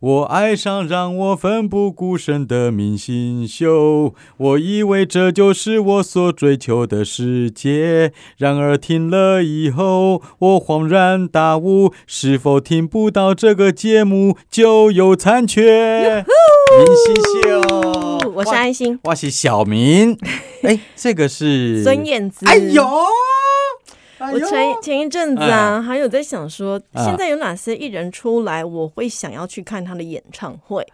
我爱上让我奋不顾身的明星秀，我以为这就是我所追求的世界。然而听了以后，我恍然大悟，是否听不到这个节目就有残缺？明星秀，我是安心，我是小明。 哎，这个是孙燕姿。哎呦！哎我呦哎前前一阵子啊，还有在想说，啊现在有哪些艺人出来，我会想要去看他的演唱会。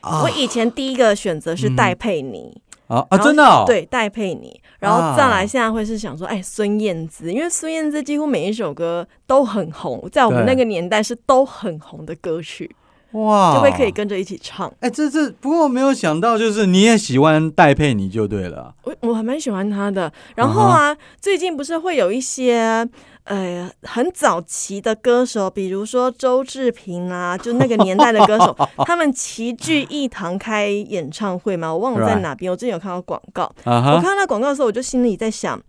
啊我以前第一个选择是戴佩妮，啊啊！然后真的哦，啊对，戴佩妮，然后再来现在会是想说，哎，孙燕姿，因为孙燕姿几乎每一首歌都很红，在我们对啊那个年代是都很红的歌曲，哇，就会可以跟着一起唱。哎、这这不过我没有想到，就是你也喜欢戴佩妮就对了我我还蛮喜欢他的。然后啊，最近不是会有一些呃很早期的歌手，比如说周志平啊，就那个年代的歌手，他们齐聚一堂开演唱会嘛，我忘了在 Right 哪边。我之前有看到广告，啊哈我看到那广告的时候，我就心里在想，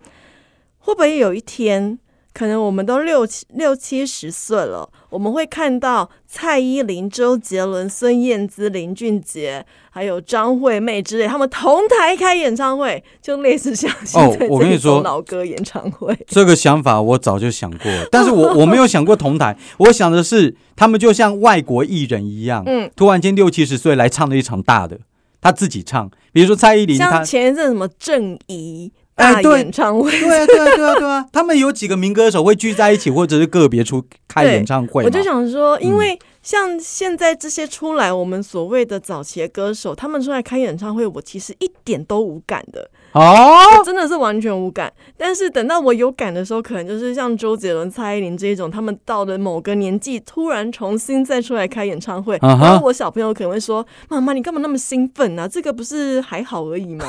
会不会有一天，可能我们都六七六七十岁了，我们会看到蔡依林、周杰伦、孙燕姿、林俊杰，还有张惠妹之类，他们同台开演唱会，就类似像现在哦我跟这你说种老歌演唱会。这个想法我早就想过了，但是我我没有想过同台，我想的是他们就像外国艺人一样，嗯，突然间六七十岁来唱了一场大的，他自己唱，比如说蔡依林，像她前一阵什么郑怡哎大对演唱会，对啊对啊对啊对啊，他们有几个名歌手会聚在一起，或者是个别出开对演唱会嘛，我就想说，嗯因为像现在这些出来我们所谓的早期的歌手，他们出来开演唱会，我其实一点都无感的，哦， 我真的是完全无感。但是等到我有感的时候，可能就是像周杰伦、蔡依林这一种，他们到了某个年纪，突然重新再出来开演唱会啊哈然后我小朋友可能会说：“妈妈，你干嘛那么兴奋啊？这个不是还好而已吗？”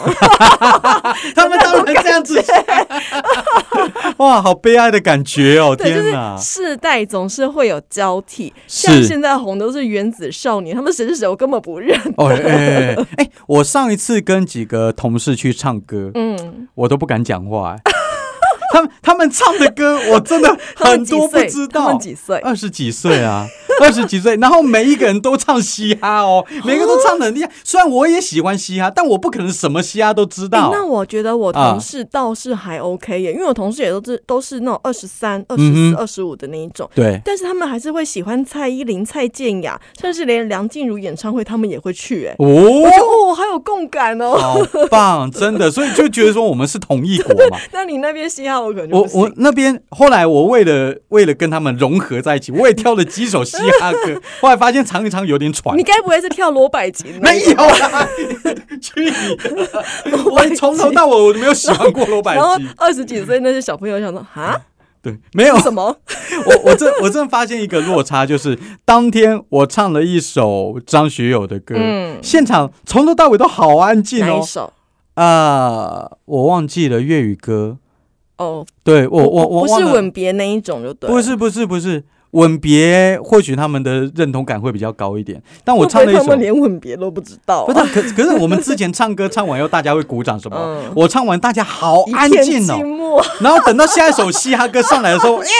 他们当然这样子， 哇，好悲哀的感觉哦，对，就天是哪！世代总是会有交替，是像现在红都是原子少年，他们谁是谁我根本不认。哦，哎、哎哎哎我上一次跟几个同事去唱歌，嗯。我都不敢讲话、哎 他们他们唱的歌，我真的他很们几多不岁？知他道们。几岁？二十几岁啊，二十几岁，然后每一个人都唱嘻哈哦，每个都唱的很厉害。虽然我也喜欢嘻哈，但我不可能什么嘻哈都知道诶。哎那我觉得我啊同事倒是还 OK 耶，因为我同事也都是都是那种二十三、二十嗯四、哼二十五的那一种，对，但是他们还是会喜欢蔡依林、蔡健雅，甚至连梁静茹演唱会他们也会去。哎，我就哦，哦，还有共感哦。 好棒，真的，所以就觉得说我们是同一国嘛。那你那边嘻哈我可能就我不行我那边后来我为了为了跟他们融合在一起，我也挑了几首嘻哈 歌，后来发现唱一唱有点喘你。该不会是跳罗百吉 那没一有种？ 啦，去你！我从头到尾我没有喜欢过罗百然后吉，二十几岁那些小朋友想说哈对，没有。什么？我我真我真发现一个落差，就是当天我唱了一首张学友的歌，嗯现场从头到尾都好安静哪一哦。首？啊、我忘记了粤语歌，哦，对我我不我不忘是了吻别那一种就对了，不是不是不是，吻别或许他们的认同感会比较高一点。但我唱了一会不会首他们，连吻别都不知道、不啊，是可可是我们之前唱歌唱完以后，大家会鼓掌什么？嗯，我唱完大家好安一片静寂哦，寞，然后等到下一首嘻哈歌上来的 时候，耶，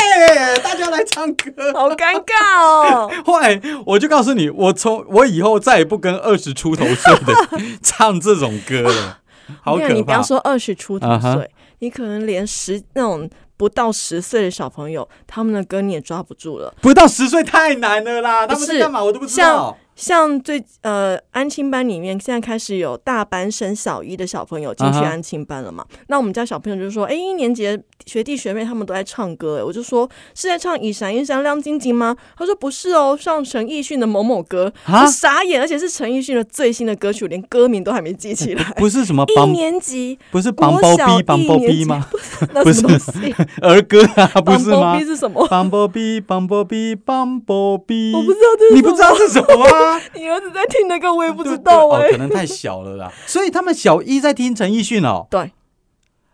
大家来唱歌。好尴尬哦。后来我就告诉你，我从我以后再也不跟二十出头岁的 唱这种歌了，好我跟你讲你可不怕要。说二十出头啊岁哈你可能连十那种不到十岁的小朋友，他们的歌你也抓不住了。不到十岁太难了啦，他们不是是干嘛我都不知像道。像最呃安亲班里面，现在开始有大班升小一的小朋友进去啊哈安亲班了嘛那我们家小朋友就说：“哎、一年级的学弟学妹他们都在唱歌。”哎，我就说是在唱《一闪一闪亮晶晶》吗？他说不是哦，上陈奕迅的某某歌。啊我傻眼，而且是陈奕迅的最新的歌曲，我连歌名都还没记起来。不是什么一 帮，年级不是帮国包小逼帮包一年逼级吗？？那什么东西？ 儿歌 啊，不是吗 Bumblebee 是什么？ ？Bumblebee Bumblebee Bumblebee， 我不知道这是你不知道是什么吗？道， 你儿子在听的歌，我也不知道对哎、对哦，可能太小了啦。所以他们小一在听陈奕迅哦，对，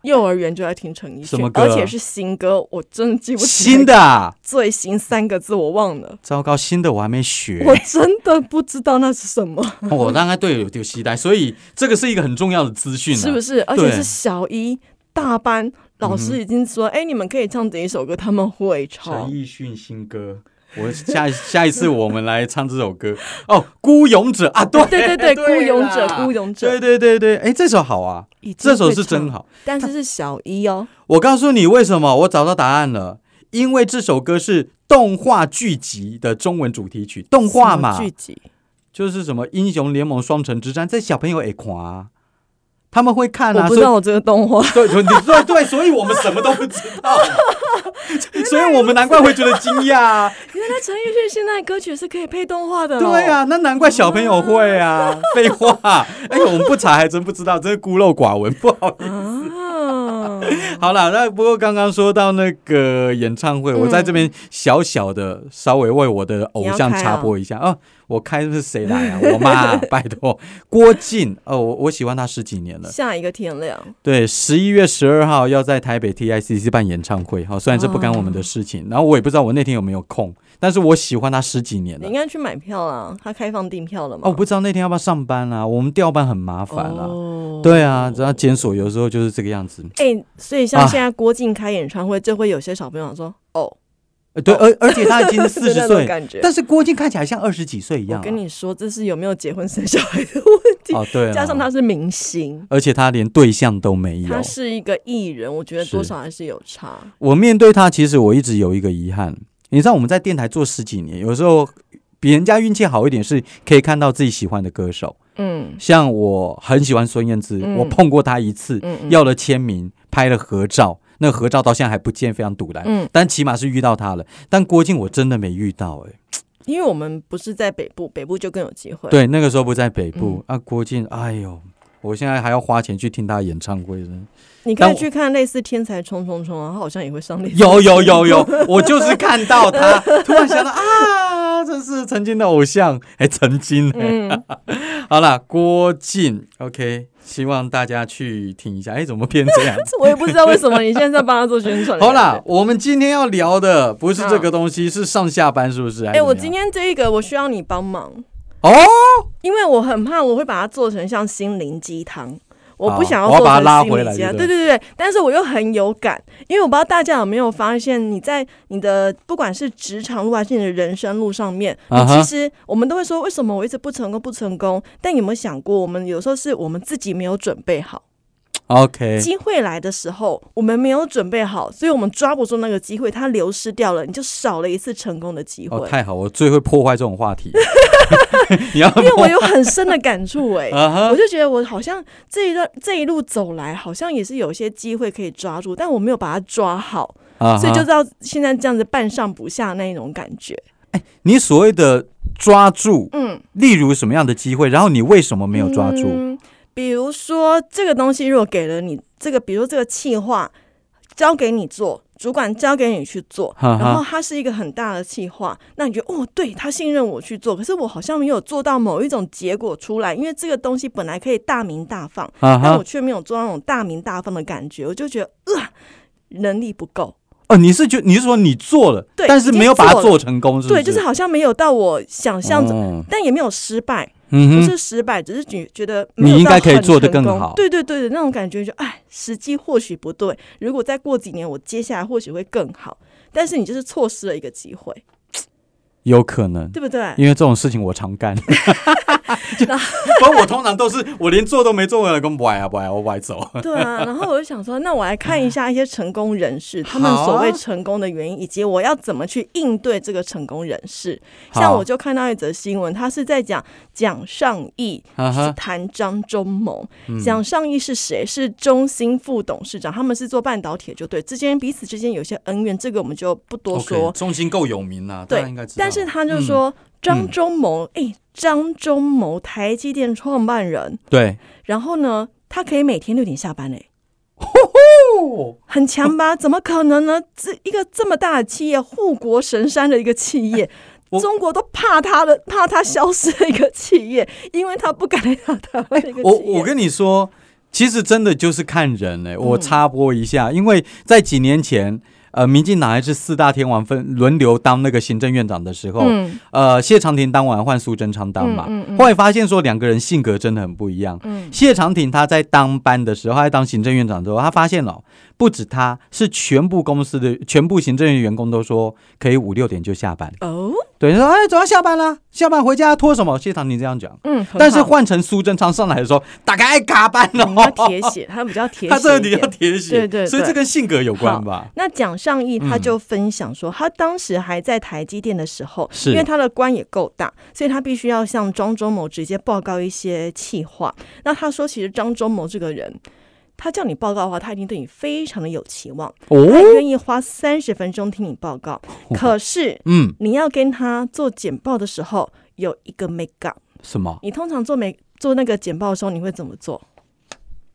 幼儿园就在听陈奕什迅么，歌啊而且是新歌，我真的记不起来新的啊，最新三个字我忘了，糟糕，新的我还没学，我真的不知道那是什么， 我大概对有丢期待，所以这个是一个很重要的资讯、啊，是不是？是？而且是小一大嗯班，老师已经说，哎、你们可以唱这一首歌，他们会陈唱。奕迅新歌我下下一次我们来唱这首歌哦，《孤勇者》啊，对对对对，孤勇者，啦孤勇对者，对对对，哎，这首好啊，已经这首会是真唱，好。但是是小一哦，我告诉你为什么，我找到答案了，因为这首歌是动画剧集的中文主题曲，动画嘛什，么剧集就是什么《英雄联盟：双城之战》，这小朋友也狂啊，他们会看我啊，不所以 知道我这个动 画，对对对对对，所以我们什么都不知 道，所以我们难怪会觉得惊讶 啊。原来陈奕迅现在的歌曲是可以配动画的，对，啊，那难怪小朋友会啊，废话。哎，我们不查还真不知道，真是孤陋寡闻，不好 啊，好了，那不过刚刚说到那个演唱会，嗯我在这边小小的稍微为我的偶像插播一下哦啊、我开的是谁来啊？我妈、拜 托，郭靖哦，我我喜欢他十几年了。下一个天亮，对，十一月十二号要在台北 TICC 办演唱会，哈、虽然这不干我们的事哦情，然后我也不知道我那天有没有空，但是我喜欢他十几年你了应。该去买票啦，他开放订票了吗？哦，我不知道那天要不要上班啊，我们调班很麻烦啊。哦对啊，只要检索有时候就是这个样子。哎、所以像啊现在郭靖开演唱会，就会有些小朋友想说，哦，呃对，而而且他已经四 是十那种岁，感觉。但是郭靖看起来像二十几岁一样、啊。我跟你说，这是有没有结婚生小孩的问题，哦，对，加上他，是明星，而且他连对象都没有他。是一个艺人，我觉得是多少还是有差。我面对他，其实我一直有一个遗憾。你知道我们在电台做十几年，有时候比人家运气好一点，是可以看到自己喜欢的歌手。嗯像我很喜欢孙燕姿，嗯我碰过她一次，嗯嗯，要了签名，拍了合照。那合照到现在还不见，非常堵然。嗯但起码是遇到他了。但郭靖我真的没遇到、哎，因为我们不是在北部，北部就更有机会。，对，那个时候不在北部、嗯啊。郭靖，哎呦，我现在还要花钱去听他演唱会呢。你可以去看类似《天才冲冲冲》啊，他好像也会上类似。有有有有，我就是看到他，突然想到啊，这是曾经的偶像，哎，曾经呢、嗯，好啦，郭靖，OK，希望大家去听一下。哎，怎么变这样 子？我也不知道为什么你现在在帮他做宣 传。好啦，，我们今天要聊的不是这个东西，是上下班，是不是？哎哎、我今天这一个我需要你帮忙。哦，因为我很怕我会把它做成像心灵鸡汤，我不想啊我要做把它拉成心回灵来鸡汤。就对对对对，但是我又很有感，因为我不知道大家有没有发现，你在你的不管是职场路还是你的人生路上面，你啊哈其实我们都会说为什么我一直不成功不成功，但有没有想过，我们有时候是我们自己没有准备好， ，OK，机会来的时候我们没有准备好，所以我们抓不住那个机会，它流失掉了，你就少了一次成功的机会哦，。太好，我最会破坏这种话题。 你要因为我有很深的感触哎、啊哈我就觉得我好像这一段这一路走来，好像也是有一些机会可以抓住，但我没有把它抓好，啊哈，所以就到现在这样子半上不下那一种感觉。你所谓的抓住，嗯，例如什么样的机会，然后你为什么没有抓住？嗯比如说这个东西，如果给了你这个，比如说这个企划交给你做。主管交给你去做，哈哈然后它是一个很大的企划，那你觉得哦，对他信任我去做，可是我好像没有做到某一种结果出来，因为这个东西本来可以大名大放，啊但我哈，却没有做那种大名大放的感觉，我就觉得啊、能力不够，哦，你是觉你是说你做了，对但是没有把已它经做做成功，是不对，就是好像没有到我想象中，哦但也没有失败，不嗯哼，是失败，只是觉觉得你没有到应该可以很做得成更功好对对对的那种感觉就，哎，时机或许不对，如果再过几年，我接下来或许会更好，但是你就是错失了一个机会，有可能。对不对？因为这种事情我常 干，就不过我通常都是我连做都没做，我老公不爱啊不爱，我不爱走。 对啊，然后我就想说，那我来看一下一些成功人士，他们好啊所谓成功的原因，以及我要怎么去应对这个成功人士。好像我就看到一则新闻，他是在讲蒋尚义，啊是哈，谈张忠谋。嗯蒋尚义是谁？是中兴副董事长，他们是做半导体的，就对，之间彼此之间有些恩怨，这个我们就不多说。中心够有名啊，大家对应该知，道。嗯但是他就说张忠谋，哎、张忠谋，台积电创办人，对，然后呢，他可以每天六点下班嘞、很强吧？怎么可能呢？这一个这么大的企业，护国神山的一个企业 我，中国都怕他的，怕他消失的一个企业， 因为他不敢来打台湾的一个企业。我我跟你欸嗯说，其实真的就是看人哎、我插播一下，因为在几年前，呃，民进党还是四大天王分轮流当那个行政院长的时候，嗯呃，谢长廷当完换苏贞昌当嘛，嗯嗯嗯后来发现说两个人性格真的很不一样。嗯谢长廷他在当班的时候，他在当行政院长的时候，他发现了、不止他是全部公司的全部行政院员工都说可以五六点就下班，哦，对，说哎，总要下班啦，下班回家拖什么？谢长廷这样讲，嗯，很但是好换成苏贞昌上来的时候，打开嘎班了、哦嗯要铁血， 他比较铁血一点， 他这个比较铁血，对对对所以这跟性格有关吧？那蒋尚义他嗯就分享说，他当时还在台积电的时候，是因为他的官也够大，所以他必须要向张忠谋直接报告一些企划。那他说，其实张忠谋这个人，他叫你报告的话，他一定对你非常的有期望，哦，愿意花三十分钟听你报告。可是嗯，你要跟他做简报的时候，有一个 make up。什么？你通常做每做那个简报的时候，你会怎么做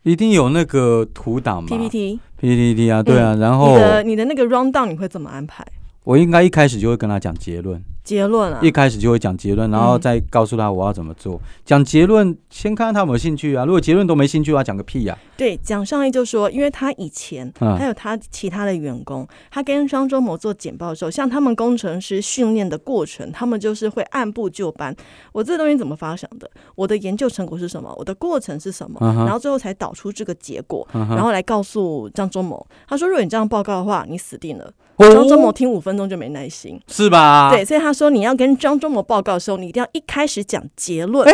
一定有那个图档嘛？PPT， PPT 啊，对啊，然嗯你后的你的那个 round down 你会怎么安排？我应该一开始就会跟他讲结论，结论啊，一开始就会讲结论，然后嗯再告诉他我要怎么做。讲结论，先看看他有没有兴趣啊。如果结论都没兴趣的话，讲个屁啊呀、对，蒋尚义就说，因为他以前嗯还有他其他的员工，他跟张周谋做简报的时候，像他们工程师训练的过程，他们就是会按部就班。我这东西怎么发想的？我的研究成果是什么？我的过程是什么？嗯哼然后最后才导出这个结果，嗯哼然后来告诉张周谋。他说，如果你这样报告的话，你死定了。张周谋哦，听五分钟就没耐心。是吧？对，，所以他说你要跟张忠谋报告的时候，你一定要一开始讲结哎论。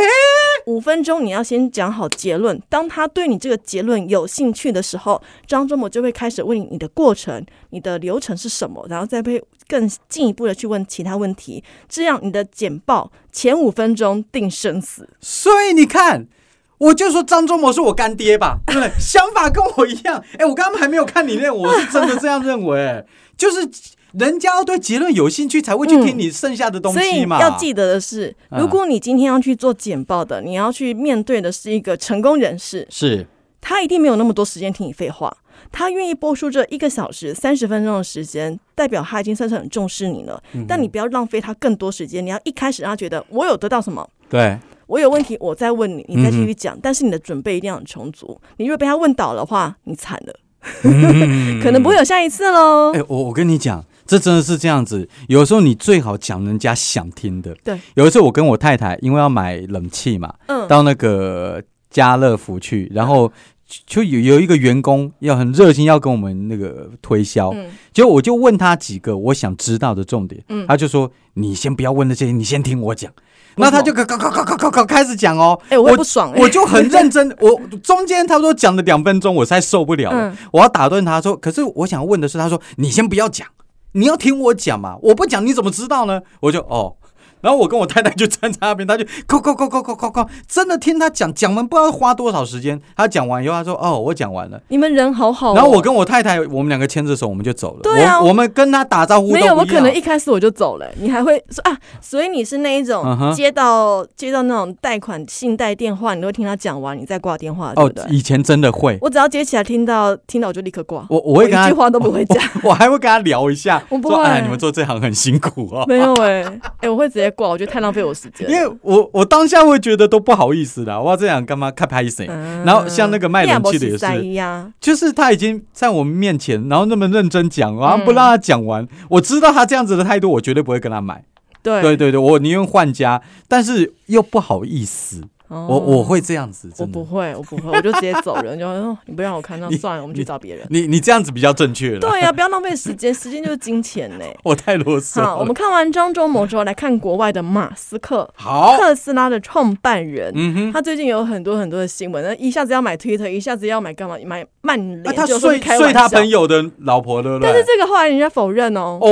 五分钟，你要先讲好结论。当他对你这个结论有兴趣的时候，张忠谋就会开始问你你的过程、你的流程是什么，然后再会更进一步的去问其他问题。这样你的简报前五分钟定生死。所以你看。我就说张忠谋是我干爹吧，对不对？想法跟我一样。哎、我刚刚还没有看你那，我是真的这样认为、就是人家要对结论有兴趣，才会去听你剩下的东嗯所以西嘛。要记得的是，嗯如果你今天要去做简报的，你要去面对的是一个成功人士，是他一定没有那么多时间听你废话。他愿意播出这一个小时三十分钟的时间，代表他已经算是很重视你了。嗯但你不要浪费他更多时间，你要一开始让他觉得我有得到什么，对，我有问题，我再问你，嗯你再继续讲。但是你的准备一定要很充足。你如果被他问倒的话，你惨了，嗯 可能不会有下一次喽哎、。我我跟你讲，这真的是这样子。有时候你最好讲人家想听的。对，有一次我跟我太太，因为要买冷气嘛，嗯到那个家乐福去，然后就有有一个员工要很热心要跟我们那个推销，嗯结果我就问他几个我想知道的重点，嗯他就说你先不要问那些，你先听我讲。为那什么他就咔咔咔咔咔咔咔开始讲哦，哎、我会不爽哎、我就很认真，我中间差不多讲了两分钟，我实在受不了了，嗯我要打断他说，可是我想问的是，他说你先不要讲，你要听我讲嘛，我不讲你怎么知道呢？我就哦。然后我跟我太太就站在那边，他就扣扣扣扣扣扣扣，真的听他讲，讲完不知道花多少时间。他讲完以后，他说：“哦，我讲完了。你们人好好哦、然后我跟我太太，我们两个牵着手，我们就走了。对啊我我们跟他打招呼都没有，不我要可能一开始我就走了、你还会说啊，所以你是那一嗯种哼接到、接到那种贷款信贷电话，你都会听他讲完，你再挂电话，对哦不对？，以前真的会，我只要接起来，听到听到我就立刻挂，我我会一跟他句话都不会讲， 我我还会跟他聊一下，我不说：“会哎，你们做这行很辛苦哦。”没有哎、哎、我会直接挂，我觉得太浪费我时间了。因为我我当下会觉得都不好意思啦，哇，这样干嘛看拍谁？嗯然后像那个卖冷气的也是你没有洗呀，就是他已经在我们面前，然后那么认真讲，然后不嗯让他讲完。我知道他这样子的态度，我绝对不会跟他买。对对对对，我宁愿换家，但是又不好意思，哦我我会这样子，我真不的。会，我不会，我就直接走人，就哦你不让我看到，你算了，我们去找别人。你你这样子比较正确了，对啊呀、不要浪费时间，时间就是金钱呢、我太啰嗦 好，我了们。看完张忠谋之后，来看国外的马斯克，好，特斯拉的创办人。嗯哼，他最近有很多很多的新闻，那一下子要买 Twitter，一下子要买干嘛？买曼联，那啊他就睡开睡玩他笑朋。友的老婆，对不但是对？这个后来人家否认哦，哦，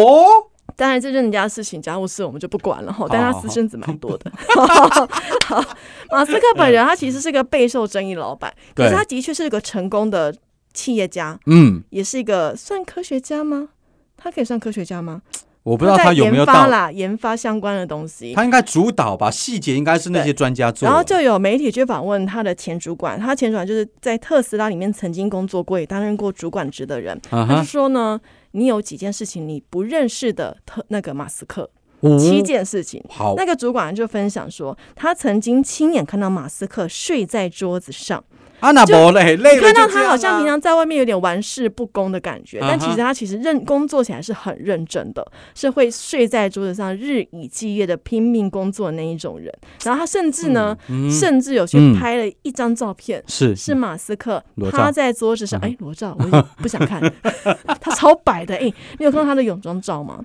当然，这是人家的事情，家务事我们就不管了哈。哦但他私生子蛮多的。 好马斯克本人他其实是个备受争议老板，可是嗯对他的确是个成功的企业家，嗯，也是一个算科学家吗？他可以算科学家吗？我不知道在他有没有研发到，啦，研发相关的东西。他应该主导吧，细节应该是那些专家做的。然后就有媒体去访问他的前主管，他前主管就是在特斯拉里面曾经工作过，也担任过主管职的人。嗯他就哼，说呢，你有几件事情你不认识的特那个马斯克，哦七件事情。好，那个主管就分享说，他曾经亲眼看到马斯克睡在桌子上，啊，那不累，累你了看就到这他样好像平啊常在外面有点玩世不恭的感觉，但嗯其实哼他其实认工作起来是很认真的，是会睡在桌子上日以继夜的拼命工作的那一种人。然后他甚至呢，嗯甚至有去嗯拍了一张照片。是是马斯克裸照嗯趴在桌子上，哎，裸照我也不想看， 他超白的。哎，你有看到他的泳装照吗？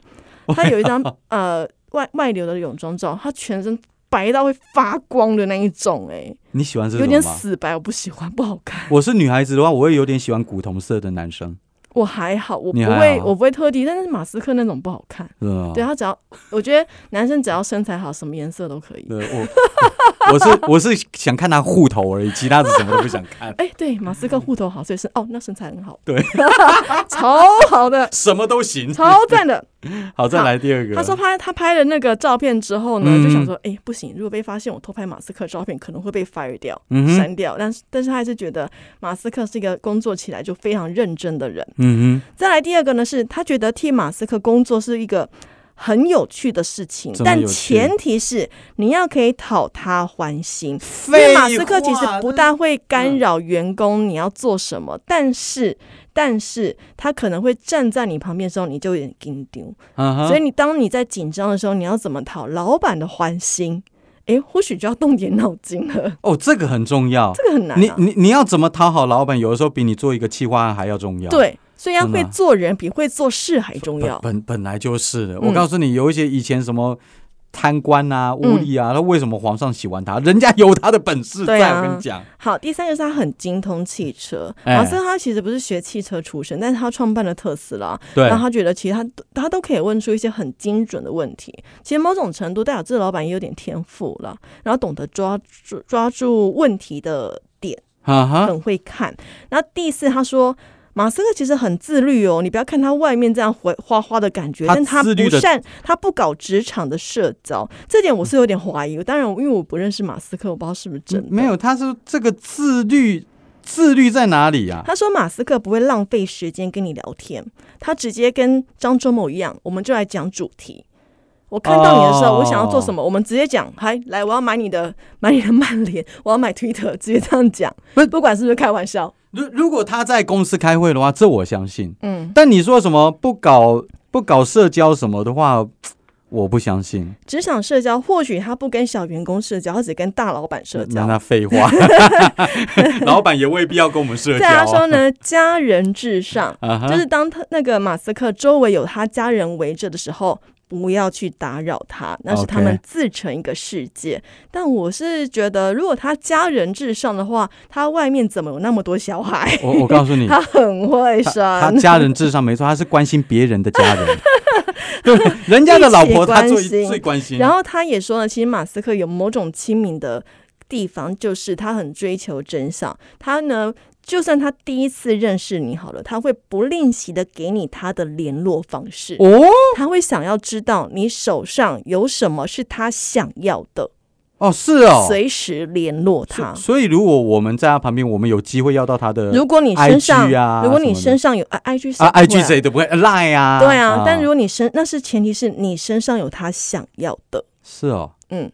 他有 一张呃外外流的泳装照，他全身白到会发光的那一种，哎，你喜欢这有种点吗？死白，我不喜欢，不好看。我是女孩子的话，我会有点喜欢古铜色的男生，我还好，我不你还会，好哦我不会特地，但是马斯克那种不好看。是吗对他啊只要， 我觉得男生只要身材好，什么颜色都可以。，对我呃我是我是想看他户头而已，其他的什么都不想看哎，对，马斯克户头好，所以是哦，那身材很好，对， 超 好的，什么都行。超赞的。好，再来第二个。他说拍他拍了那个照片之后呢，啊嗯就想说，哎，不行，如果被发现我偷拍马斯克照片，可能会被 fire 掉、嗯哼删掉。但是，但是他还是觉得马斯克是一个工作起来就非常认真的人。嗯再来第二个呢，是他觉得替马斯克工作是一个很有趣的事情，怎么但有趣前提是你要可以讨他欢心。哼，因为马斯克其实废话不这大会干扰员工你要做什嗯么，但是但是他可能会站在你旁边的时候，你就有点紧丢。嗯哼所以你当你在紧张的时候，你要怎么讨老板的欢心？诶，或许就要动点脑筋了，哦，这个很重要。这个很难、啊。你你你要怎么讨好老板？有的时候比你做一个企划案还要重要。，对，所以要真的会啊做人比会做事还重本要。本本来就是的。嗯我告诉你，有一些以前什么贪官啊、污吏啊，他为什么皇上喜欢他？人家有他的本事对在，啊我跟你讲。好，第三个是他很精通汽车。哎马斯克他其实不是学汽车出身，但是他创办了特斯拉，对然，后他觉得其实他他都可以问出一些很精准的问题。其实某种程度代表这老板也有点天赋了，然后懂得抓住抓住问题的点，哈啊哈，很会看。然后第四，他说。马斯克其实很自律哦，你不要看他外面这样花花花的感觉，他但他自律不的善，他不搞职场的社交，这点我是有点怀疑。当然，因为我不认识马斯克，我不知道是不是真的。没有，他是这个自律，自律在哪里啊？他说马斯克不会浪费时间跟你聊天，他直接跟张忠谋一样，我们就来讲主题。我看到你的时候，哦我想要做什么，我们直接讲。嗨，来，我要买你的，买你的曼联，我要买 Twitter，直接这样讲。 不是不管是不是开玩笑，如如果他在公司开会的话，这我相信。嗯，但你说什么不搞不搞社交什么的话，我不相信。职场社交或许他不跟小员工社交，他只跟大老板社那交。那废 话， 老板也未必要跟我们社交、再来啊。说呢，家人至上， 啊哈，就是当他那个马斯克周围有他家人围着的时候，不要去打扰他，那是他们 OK 自成一个世界。但我是觉得，如果他家人至上的话，他外面怎么有那么多小孩？我我告诉 你，他很会生，嗯他家人至上没错，他是关心别人的家 人，对，人家的老婆他一起关心最最关心。然后他也说呢，其实马斯克有某种亲民的地方，就是他很追求真相。他呢，就算他第一次认识你好了，他会不吝惜的给你他的联络方式。哦他会想要知道你手上有什么是他想要的，哦是哦，随时联络他所。所以如果我们在他旁边，我们有机会要到他的如果你身上， IG 啊如果你什么的身上有啊，IG 谁啊不会，IG 谁都不会呃 Line 啊，对啊，但如果你身那是前提是你身上有他想要的，是哦，嗯，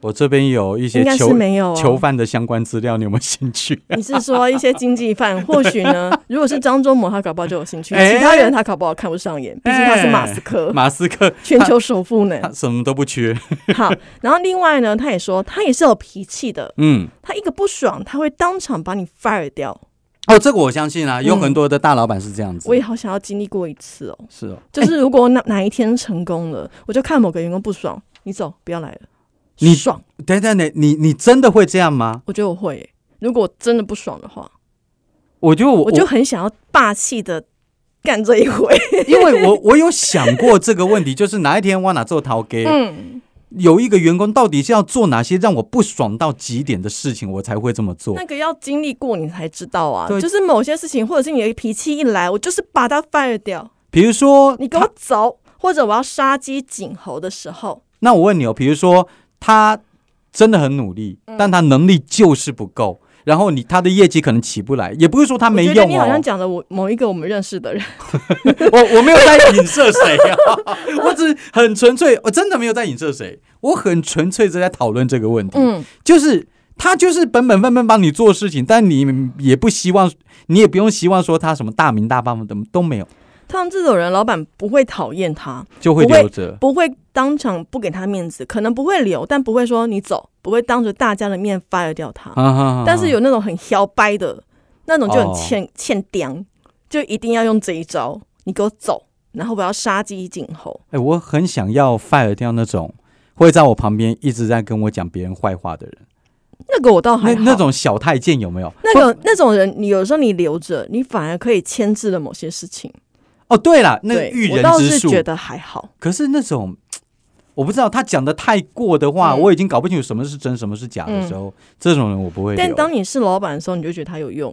我这边有一应些该是囚没有、囚啊。犯的相关资料，你有没有兴 趣？你是说一些经济犯？或许呢，如果是张忠谋，他搞不好就有兴趣；哎其他人他搞不好看不上眼，毕竟他是马斯克，马啊斯克全球首富呢他。 什么都不缺，好，然后另外呢，他也说他也是有脾气的，嗯。他一个不爽，他会当场把你 fire 掉。哦，这个我相信啊，有嗯很多的大老板是这样子。我也好想要经历过一次哦。是哦，就是如果哪哪一天成功了，我就看某个员工不爽，你走，不要来了。你爽，等等等，你你真的会这样吗？我觉得我会耶、欸如果我真的不爽的话，我就我我就很想要霸气的干这一回。 因为我我有想过这个问题，就是哪一天我哪做逃给、嗯，有一个员工到底是要做哪些让我不爽到极点的事情，我才会这么做那。个要经历过你才知道啊。对就是某些事情，或者是你的脾气一来，我就是把它 fire 掉，比如说，你给我走，或者我要杀鸡儆猴的时候，那我问你哦，比如说他真的很努力，嗯但他能力就是不够，然后你他的业绩可能起不来，也不是说他没我觉得用你好像哦。讲的我某一个我们认识的人，我我没有在影射谁 啊，我只是很纯粹，我真的没有在影射谁，我很纯粹的在讨论这个问题。嗯，就是他就是本本分分帮你做事情，但你也不希望，你也不用希望说他什么大名大棒的都没有，通常这种人，老板不会讨厌他，就会不会留着。不会当场不给他面子，可能不会留，但不会说你走，不会当着大家的面 fire 掉他。啊哈哈但是有那种很嚣掰的，那种就哦很欠、欠刁，就一定要用这一招，你给我走，然后我要杀鸡儆猴。哎、我很想要 fire 掉那种会在我旁边一直在跟我讲别人坏话的人，那个我倒还那好，那种小太监有没有？那个那种人，你有时候你留着，你反而可以牵制了某些事情。哦，对了，那个对，驭我人倒之是术。觉得还好。可是那种我不知道他讲的太过的话，嗯我已经搞不清楚什么是真什么是假的时候，这种人我不会留。但当你是老板的时候，你就觉得他有用，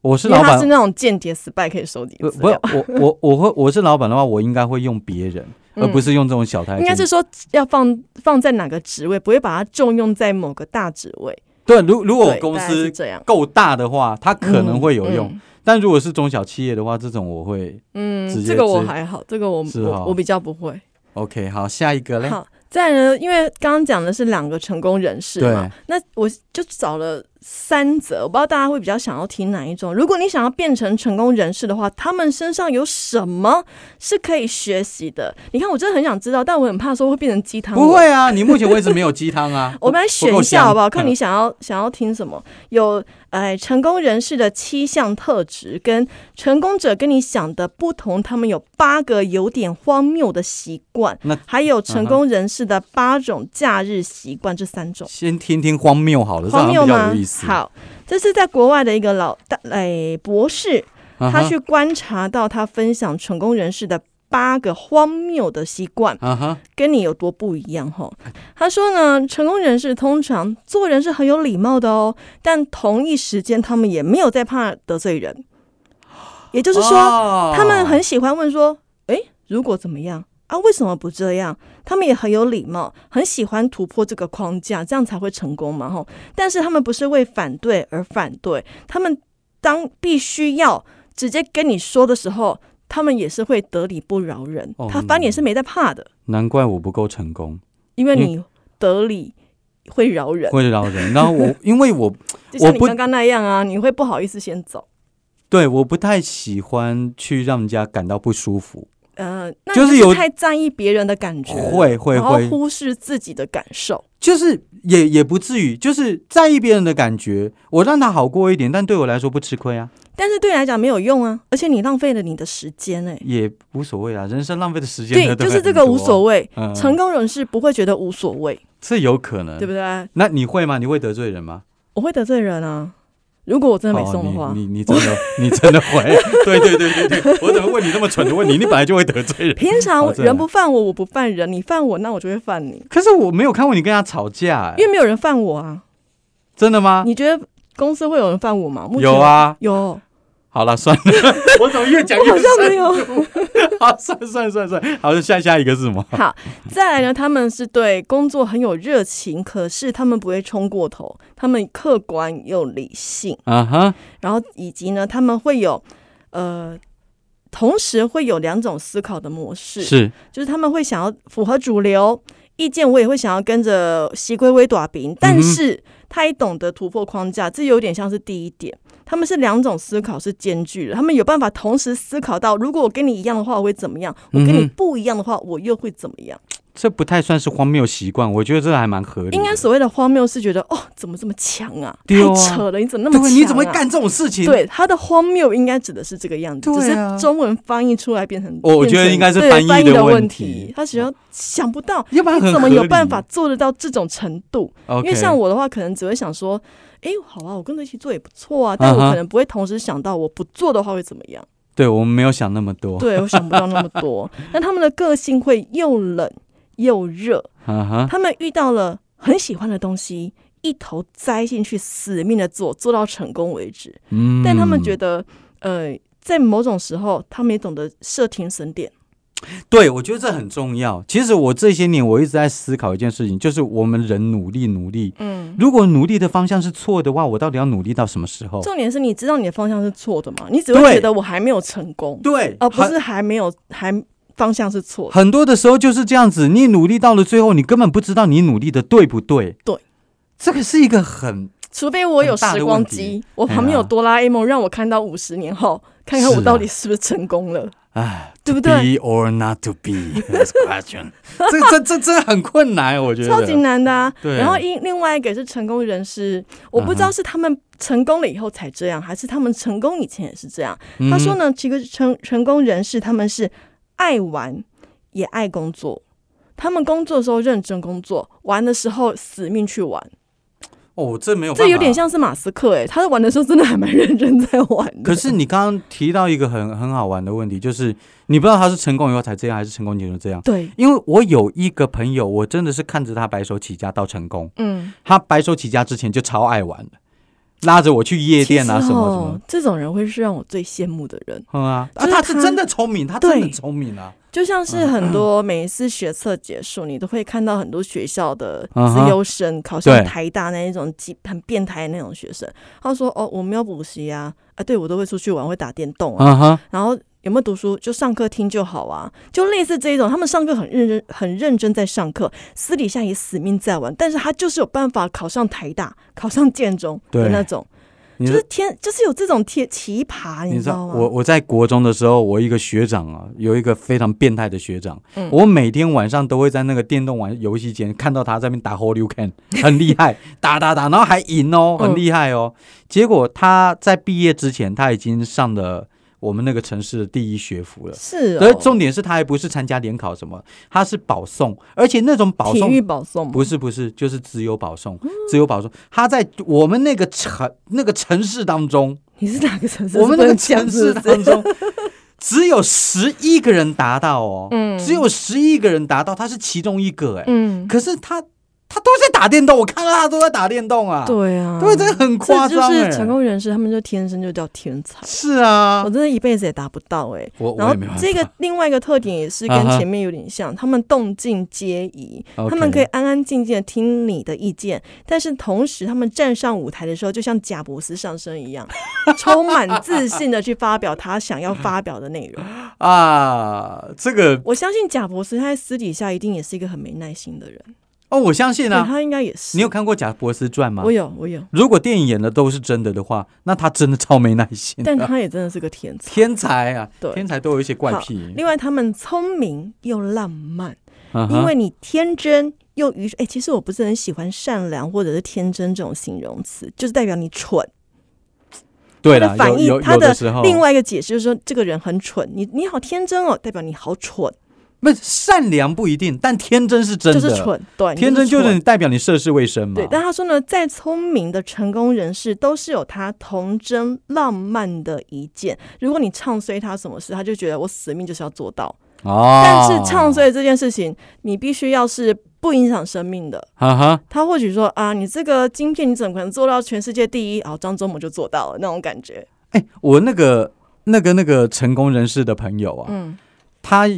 我是因为老他板是，那种间谍 spy 可以收集不资不料是。我我 我会我是老板的话，我应该会用别人，而嗯不是用这种小太监。应该是说要放放在哪个职位，不会把它重用在某个大职位。对，如如果我对公大概是司这样，够大的话，它可能会有用。嗯。但如果是中小企业的话，这种我会嗯，直嗯接这个我直还好，这个我是哦我我比较不会。 OK。好，下一个嘞，好，再来呢，因为刚刚讲的是两个成功人士嘛，那我就找了三则，我不知道大家会比较想要听哪一种。如果你想要变成成功人士的话，他们身上有什么是可以学习的？你看，我真的很想知道，但我很怕说会变成鸡汤文。。不会啊，你目前为止没有鸡汤啊 我们来选一下好不好？看你嗯想要想要听什么？有哎，成功人士的七项特质跟成功者跟你想的不同，他们有八个有点荒谬的习惯，那嗯还有成功人士的八种假日习惯，这三种嗯先听听荒谬好了，这荒样谬比较吗有意？思。啊好，这是在国外的一个老大哎博士，嗯哼，他去观察到他分享成功人士的八个荒谬的习惯。啊哈，跟你有多不一样吼。他说呢，成功人士通常做人是很有礼貌的哦，但同一时间他们也没有在怕得罪人，也就是说，哦他们很喜欢问说，诶，如果怎么样啊？为什么不这样？他们也很有礼貌，很喜欢突破这个框架，这样才会成功嘛吼。但是他们不是为反对而反对，他们当必须要直接跟你说的时候。他们也是会得理不饶人哦，他反正也是没在怕的。难怪我不够成功，因为因你得理会饶人，会饶人。然后我 因为我就像我你不刚刚那样啊，你会不好意思先走。对我不太喜欢去让人家感到不舒服，呃，那就是你有太在意别人的感觉，哦会会然后会，忽视自己的感受。就是也也不至于，就是在意别人的感觉，我让他好过一点，但对我来说不吃亏啊，但是对你来讲没有用啊，而且你浪费了你的时间哎、也无所谓啦，啊人生浪费的时间对，就是这个无所谓，谓。嗯，成功人士不会觉得无所谓，这有可能，对不对？对？那你会吗？你会得罪人吗？我会得罪人啊，如果我真的没送的话哦、，你你你真的 你真的会？对对对对对，我怎么问你那么蠢的问题？你本来就会得罪人。平常哦这人不犯我，我不犯人，你犯我，那我就会犯你， 可是我没有看过你跟他吵架、哎因为没有人犯我啊。真的吗？你觉得公司会有人犯我吗？目前有，啊，有，好了，算了， 我怎么越讲 我好越像没有。 好？算了算了算了算了，好，下下一个是什么？好，再来呢，他们是对工作很有热情，可是他们不会冲过头，他们客观又理性，啊哈，然后以及呢，他们会有呃。同时会有两种思考的模式，是就是他们会想要符合主流意见，我也会想要跟着西归微短平，嗯哼但是他也懂得突破框架，这有点像是第一点。他们是两种思考是兼具的，他们有办法同时思考到，如果我跟你一样的话，我会怎么样？我跟嗯你哼不一样的话，我又会怎么样？这不太算是荒谬习惯，我觉得这还蛮合理的。应该所谓的荒谬是觉得哦，怎么这么强啊？对哦太扯了，你怎么那么强、对，啊？你怎么会？干这种事情？，对，他的荒谬应该指的是这个样子，对只啊哦是中文翻译出来变成……我我觉得变成应该是对翻译翻的的问题题。他只要想不到，要不然你很 怎么合有理办法做得到这种程度？ ？OK，因为像我的话，可能只会想说：“哎，好啊，我跟着一起做也不错啊。”但嗯我哼可能不会同时想到我不做的话会怎么样。对我们没有想那么多。对，我想不到那么 多。那他们的个性会又冷又热，啊哈，他们遇到了很喜欢的东西，一头栽进去，死命的做，做到成功为止。嗯，但他们觉得，呃，在某种时候，他们也懂得设停损点。对，我觉得这很重要。其实我这些年我一直在思考一件事情，就是我们人努力努力，嗯，如果努力的方向是错的话，我到底要努力到什么时候？重点是你知道你的方向是错的嘛？你只会哦对觉得我还没有成功，对，而哦不很是还没有还方向是错的。很多的时候就是这样子，你努力到了最后，你根本不知道你努力的对不对。对，这个是一个很除非我有时光很大的问哎机，我旁边有哆啦 A 梦，让我看到五十年后，看看我啊到底是不是成功了。哎，对不 to 对？Be or not to be this question，这这这这很困难，我觉得。超级难的啊！对嗯然后另另外一个是成功人士，我不知道是他们成功了以后才这样，还是他们成功以前也是这样。嗯他说呢，其实成成功人士他们是爱玩也爱工作，他们工作的时候认真工作，玩的时候死命去玩，哦，这没有，这有点。像是马斯克哎、他在玩的时候真的还蛮认真在玩的。可是你刚刚提到一个很很好玩的问题，就是你不知道他是成功以后才这样，还是成功前就这样。对，因为我有一个朋友，我真的是看着他白手起家到成功。嗯，他白手起家之前就超爱玩的，拉着我去夜店啊其什实么什哦么，，这种人会是让我最羡慕的人。嗯啊，啊就是他是他真的聪明，他真的对聪明啊。就像是很嗯多每一次学测结束，你都会看到很多学校的嗯自哼优生考上对台大那一种极很变态的那种学生，他说：“哦，我没有补习啊，啊，对我都会出去玩，会打电动啊，嗯哼，然后有没有读书就上课听就好啊，就类似这一种，他们上课很认真，很认真在上课，私底下也死命在玩，但是他就是有办法考上台大，考上建中的对那种，你就说是天，就是有这种天奇葩，你哎知知道道吗？我我在国中的时候，我一个学长啊，有一个非常变态的学长，嗯我每天晚上都会在那个电动玩游戏间看到他在那边打 Holy u Can，很厉害， 打打打，然后还赢哦，嗯很厉害哦。结果他在毕业之前，他已经上了我们那个城市的第一学府了。是、而哦，重点是他还不是参加联考什么，他是保送，而且那种保体送育嗯保送吗不是不是，就是自由保送，自由保送。他在我们那个城那个城市当中，你是哪个城市？我们那个是城不能讲市是不是当中 只有十一个人达到哦，嗯只有十一个人达到，他是其中一个哎、 嗯，可是他他都在打电动，我看到他都在打电动啊，对啊，对，这很夸这就张哎、是成功人士，他们就天生就叫天才。是啊我，真的一辈子也达不到哎、我我然也后没办法，这个另外一个特点也是啊跟哈前面有点像，他们动静皆宜， OK 他们可以安安静静的听你的意见，但是同时他们站上舞台的时候，就像贾伯斯上身一样， 充满自信的去发表他想要发表的内容。啊，这个我相信贾伯斯他在私底下一定也是一个很没耐心的人，哦，我相信对啊，他应该也是。你有看过贾伯斯传吗我？有，我有，如果电影演的都是真的的话，那他真的超没耐心的，啊但他也真的是个天才。天才啊，对天才都有一些怪好癖，另外，他们聪明又浪漫，嗯哼因为你天真又愚蠢。哎、其实我不是很喜欢善良或者是天真这种形容词，就是代表你蠢。对他了的，反有义有，他有的时候另外一个解释就是说，这个人很蠢。你你好天真哦，代表你好蠢，不是善良不一定，但天真是真就的。是蠢。对，你天真就是蠢你代表你涉世未深嘛。对。但他说呢，再聪明的成功人士都是有他童真浪漫的一见。如果你唱衰他什么事，他就觉得我死命就是要做到。哦，但是唱，衰这件事情，你必须要是不影响生命的。哈哈，他或许说啊，你这个晶片你怎么可能做到全世界第一？啊，张忠谋就做到了那种感觉。哎，我那个那个那个成功人士的朋友啊，嗯他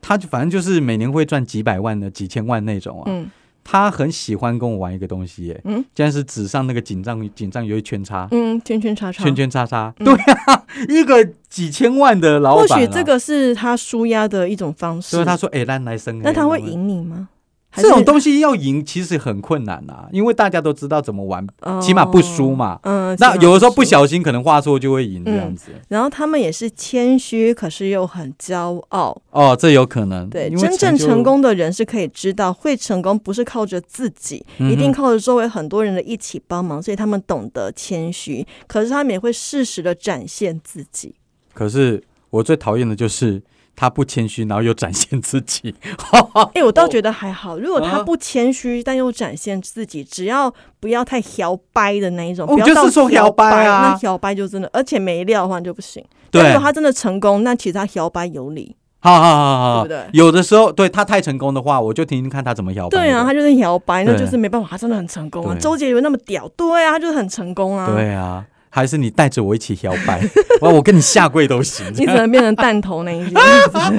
他就反正就是每年会赚几百万的、几千万那种啊。嗯，他很喜欢跟我玩一个东西、耶，嗯竟然是纸上那个锦上锦上有一圈叉，嗯，圈圈叉叉。圈圈叉叉，对啊，一个几千万的老或板、啊，许这个是他舒压的一种方所以式。他说，哎、咱来生，那他咱会来赢你吗？还这种是东西要赢其实很困难啊，因为大家都知道怎么玩，哦起码不输嘛嗯，那起码有的时候不输。嗯小心可能画错就会赢这样子。然后他们也是谦虚，可是又很骄傲。哦，这有可能。对，因为真正就成。功的人是可以知道，会成功不是靠着自己，嗯哼一定靠着周围很多人的一起帮忙，所以他们懂得谦虚。可是他们也会适时的展现自己。可是我最讨厌的就是他不谦虚，然后又展现自己。 哎、我倒觉得还好。如果他哦啊不谦虚，但又展现自己，只要不要太摇掰的那一种，哦不要到就是说摇摇掰掰啊那摇掰就真的，而且没料的话就不行。但对如，果他真的成功，那其实他摇掰有理。好好好好好，对不对有的时候对他太成功的话，我就听听看他怎么摇摆。对啊，他就是摇掰，那对就是没办法，他真的很成功啊。对周杰伦那么屌，对啊，他就是很成功啊。，对啊，还是你带着我一起摇摆，哇，我跟你下跪都行。 你只能变成弹头那一 种。哎，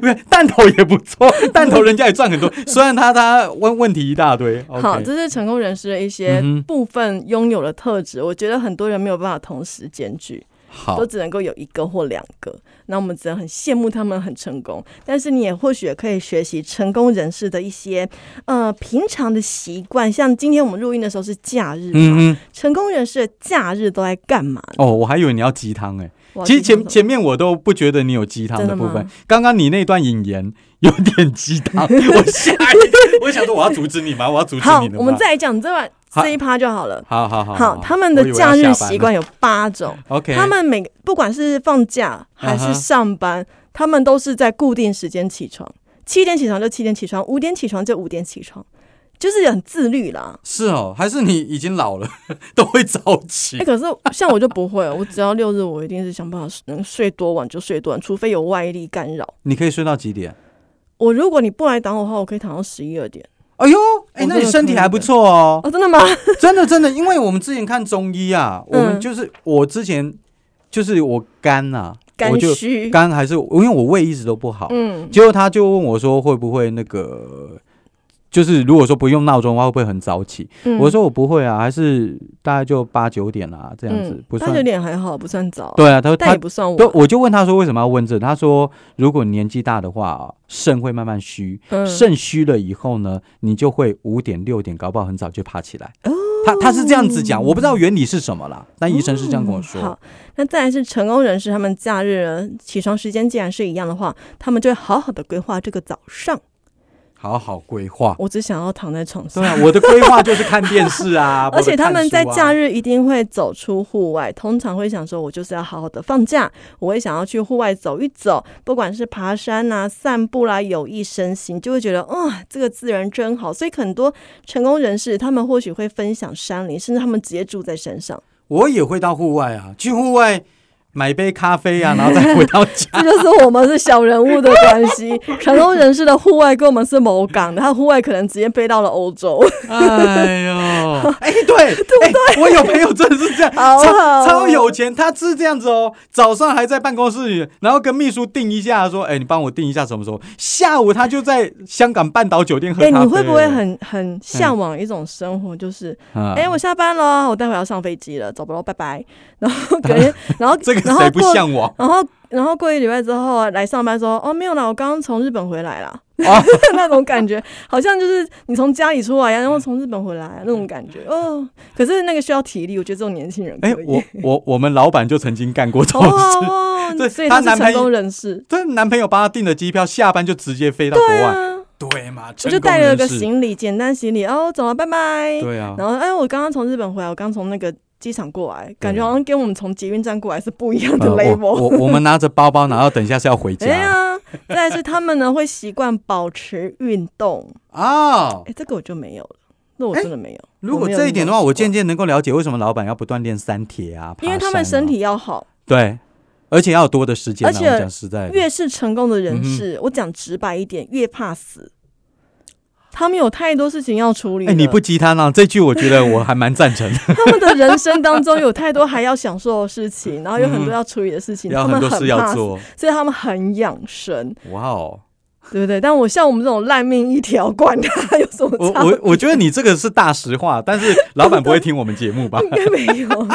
不是弹头也不 错，弹头人家也赚很多，虽然他他问问题一大堆。好， OK 这是成功人士的一些嗯哼部分拥有的特质，我觉得很多人没有办法同时兼具。好都只能够有一个或两个。那我们只能很羡慕他们很成功，但是你也或许也可以学习成功人士的一些呃平常的习惯，像今天我们录音的时候是假日嘛，嗯嗯，成功人士的假日都在干嘛呢？哦，我还以为你要鸡汤哎，哇其实今天前前面我都不觉得你有鸡汤的部真的分吗，刚刚你那段引言有点鸡 汤，我吓一跳，我想说我要阻止你吗？我要阻止好你，的我们吗再来讲这晚好这一趴就好了。好好好好，他们的假日习惯有八种， ，OK，他们每个不管是放假还啊哈是上班，他们都是在固定时间起床，七点起床就七点起床，五点起床就五点起床，就是很自律啦。是哦，还是你已经老了 都会早哎、 起？可是像我就不会， 我只要六日我一定是想办法能睡多晚就睡多晚，除非有外力干扰。你可以睡到几点？我如果你不来挡我的话，我可以躺到十一二点。哎呦，哎、那我真你的身体可以还不错哦， 哦，真的吗？真的真的，因为我们之前看中医啊，我们嗯就是、我之前就是我肝啊，肝 我就虚，肝还是因为我胃一直都不好，嗯，结果他就问我说会不会那个，就是如果说不用闹钟的话，会不会很早起？嗯我说我不会啊，还是大概就八九点啊这样子，嗯不八九算。点还好，不算早，对啊，他但他也不算对，晚。我就问他说为什么要问这？他说如果年纪大的话，肾会慢慢虚，嗯，肾虚了以后呢，你就会五点六点，搞不好很早就爬起来。哦他他是这样子讲，我不知道原理是什么啦，但医生是这样跟我说嗯好。，那再来是成功人士，他们假日呢起床时间既然是一样的话，他们就会好好的规划这个早上。好好规划。我只想要躺在床上对。啊，我的规划就是看电视啊， 而且他们在假日日一定会走出户外，通常会想说，我就是要好好的放假，我会想要去户外走一走，不管是爬山啊、散步啦、有益身心，就会觉得，哇、这个自然真好。所以很多成功人士，他们或许会分享山林，甚至他们直接住在山上，我也会到户外啊，去户外买杯咖啡 啊，然后再回到家。这就是我们是小人物的关 系。成功人士的户外跟我们是某港的，他户外可能直接飞到了欧洲。 哎呦， 哎，对，对对、我有朋友真的是这样， 好超好超有钱，他是这样子哦，早上还在办公室里，然后跟秘书定一下，说，哎，你帮我定一下什么时候，下午他就在香港半岛酒店喝哎、咖啡。你会不会？很嗯很向往一种生活，就是哎哎、我下班了，我待会要上飞机了，走不喽，拜拜。 然后 隔天，然后这个然谁后不过，向往？然后然后过一礼拜之后来上班说，哦没有啦，我刚刚从日本回来啦，哦 那种感觉，好像就是你从家里出来呀，然后从日本回来那种感觉。哦，可是那个需要体力，我觉得这种年轻人可 哎，以。我我我们老板就曾经干过这好种事。好哦对，所以她他是男朋成友功人士。这男朋友帮他订的机票，下班就直接飞到国对外，啊，对嘛？我成就功带了个人士，行李，简单行李，哦，走了，拜拜。对啊，然后，哎，我刚刚从日本回来，我刚从那个机场过来，感觉好像跟我们从捷运站过来是不一样 的呃 level。我我我们拿着包包，然后等一下是要回哎家呀，再来是他们呢会习惯保持运动，哦。哎，这个我就没有了，那我真的没有。如果这一点的话，我渐渐能够了解为什么老板要不断练三铁啊，因为他们爬山啊身体要好，对，而且要有多的时间啊。嗯而且我讲实在的，越是成功的人士，我讲直白一点，越怕死。他们有太多事情要处理哎、了，你不鸡汤啊，这句我觉得我还蛮赞 成的，他们的人生当中有太多还要享受的 事情，然后有很多要处理的事情，嗯要他们很多事要怕死，做。所以他们很养生。哇哦， 对不对？但我像我们这种烂命一条，管他有什么 我差？我我觉得你这个是大实话，但是老板不会听我们节目吧 ？应该没 有。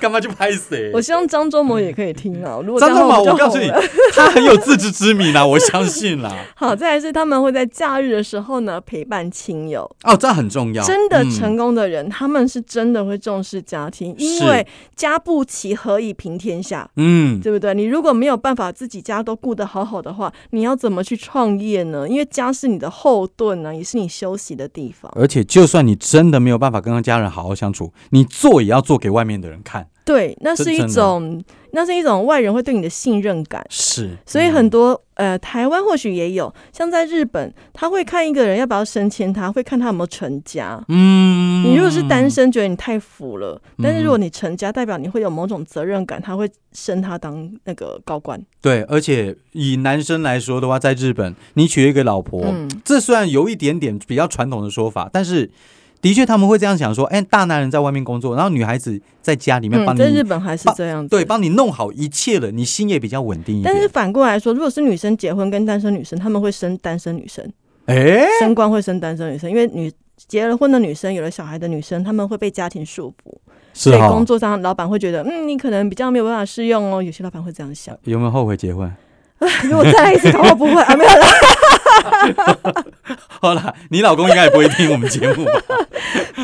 干嘛去拍谁我？希望张忠谋也可以听啊。如果嗯张仲忠谋谋，就我告诉红你了， 他很有自知之明啦，我相信啦。好，再来是他们会在假日的时候呢陪伴亲友。哦，这很重要，真的嗯成功的人，他们是真的会重视家庭，因是为家不齐，何以平天下？嗯，对不对？你如果没有办法自己家都顾得好好的话，你要怎么去创业呢？因为家是你的后盾啊呢、也是你休息的地方。而且，就算你真的没有办法跟家人好好相处，你做也要做给外面的人看。对，那真是一真的种，那是一种外人会对你的信任感。是，所以很多嗯呃，台湾或许也有，像在日本，他会看一个人要不要升迁他，会看他有没有成家。嗯，你如果是单身，觉得你太腐了；但是如果你成家，代表你会有某种责任感，他会升他当那个高官。对，而且以男生来说的话，在日本，你娶一个老婆，嗯这虽然有一点点比较传统的说法，但是的确他们会这样想说，哎，大男人在外面工作，然后女孩子在家里面帮嗯，你，在日本还是这样子。对，。帮你弄好一切了，你心也比较稳定一但是点。反过来说，如果是女生结婚跟单身女生，他们会生单身女生，哎，升官会生单身女生，因为女结了婚的女生、有了小孩的女生，她们会被家庭束缚，是哦所以哈、工作上老板会觉得，嗯，你可能比较没有办法适用哦。有些老板会这 样想。有没有后悔结婚？ 如果再来一次，恐怕不会啊，没有啦，好啦，你老公应该也不会听我们节 目吧？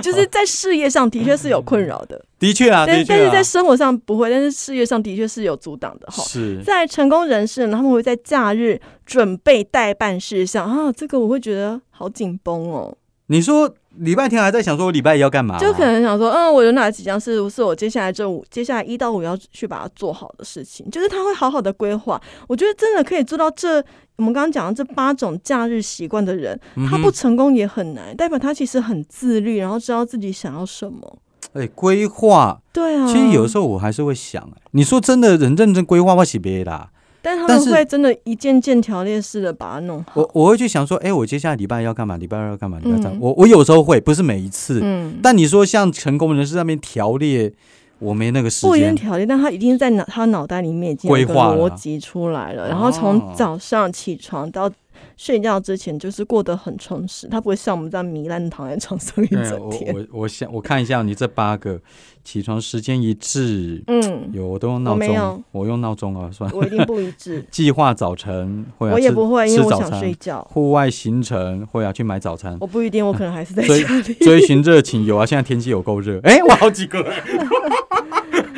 就是在事业上的确是有困扰的，的确啊，但 的是但确是在啊，生活上不会，但是事业上的确是有阻挡 的哈。是在成功人士呢，他们会在假日准备代办事项啊，这个我会觉得好紧绷哦，你说礼拜天还在想说我礼拜一要干嘛、啊就可能想说，嗯，我有哪几项是是我接下来这五接下来一到五要去把它做好的事情，就是他会好好的规划。我觉得真的可以做到这，我们刚刚讲的这八种假日习惯的人，嗯他哼不成功也很难，代表他其实很自律，然后知道自己想要什么。哎、规划。对啊，其实有时候我还是会想、哎你说真的，人认真规划，我是别的啦。但他但们是会真的一件件条列式的把它弄好。我我会去想说，哎、我接下来礼拜要干嘛？礼拜二要干嘛？礼拜三，嗯我我有时候会，不是每一次。嗯，但你说像成功人士那边条列，我没那个时不一定间。条例，但他一定在脑他脑袋里面已经有一规个划了逻辑出来了，然后从早上起床到睡觉之前，就是过得很充实，他不会像我们这样糜烂地躺在床上一对，整我天。哎我我想我看一下你这八个起床时间一致，嗯，有我都用闹我没钟，我有用闹钟啊， 算了，嗯我一定不一致 计划早晨会要我也吃不会，因为啊吃我早想睡餐，觉，户外行程会要去买早餐，我不一定，我可能还是在 所以家里。追寻热情有啊，现在天气有够热， 哎、我好几个、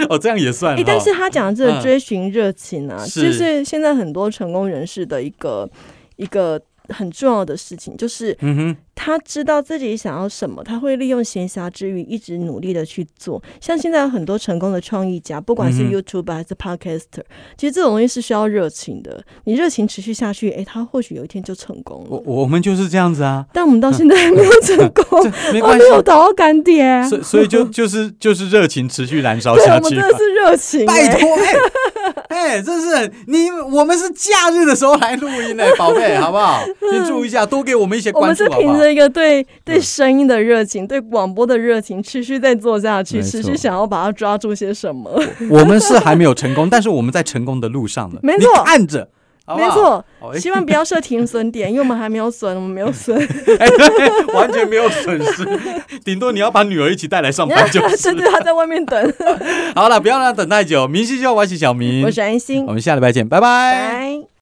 哦，这样也算哎、哈但是他讲的这嗯个追寻热情啊，是就是现在很多成功人士的一个一个很重要的事情，就是嗯哼，他知道自己想要什么，他会利用闲暇之余一直努力的去做。像现在有很多成功的创意家，不管是嗯哼 YouTuber 还是 Podcaster，、其实这种东西是需要热情的。你热情持续下去，哎、他或许有一天就成功我了。我们就是这样子啊，但我们到现在还没有成 功，没我关没系，有到感点。所以所以就就是就是热情持续燃烧啊对，啊下我们去真吧，的是热情、拜哎托，哎、哎，真是很你我们是假日的时候来录音 呢、宝贝，好不好？先注意一下，多给我们一些我关们注，是好不凭好？着一个对对嗯声音的热情，对广播的热情，持续在做下去，没持错续想要把它抓住些什么。我们是还没有成功，但是我们在成功的路上了。没错你看着， 好不没好，错，好哎希望不要设停损点，因为我们还没有损，我们没 有损。哎，对，完全没有损失，顶多你要把女儿一起带来上 班就甚至他啊在外面 等。嗯好了，不要让她等太久。明星秀，我是小明我，是安心我，们下礼拜见，拜拜拜。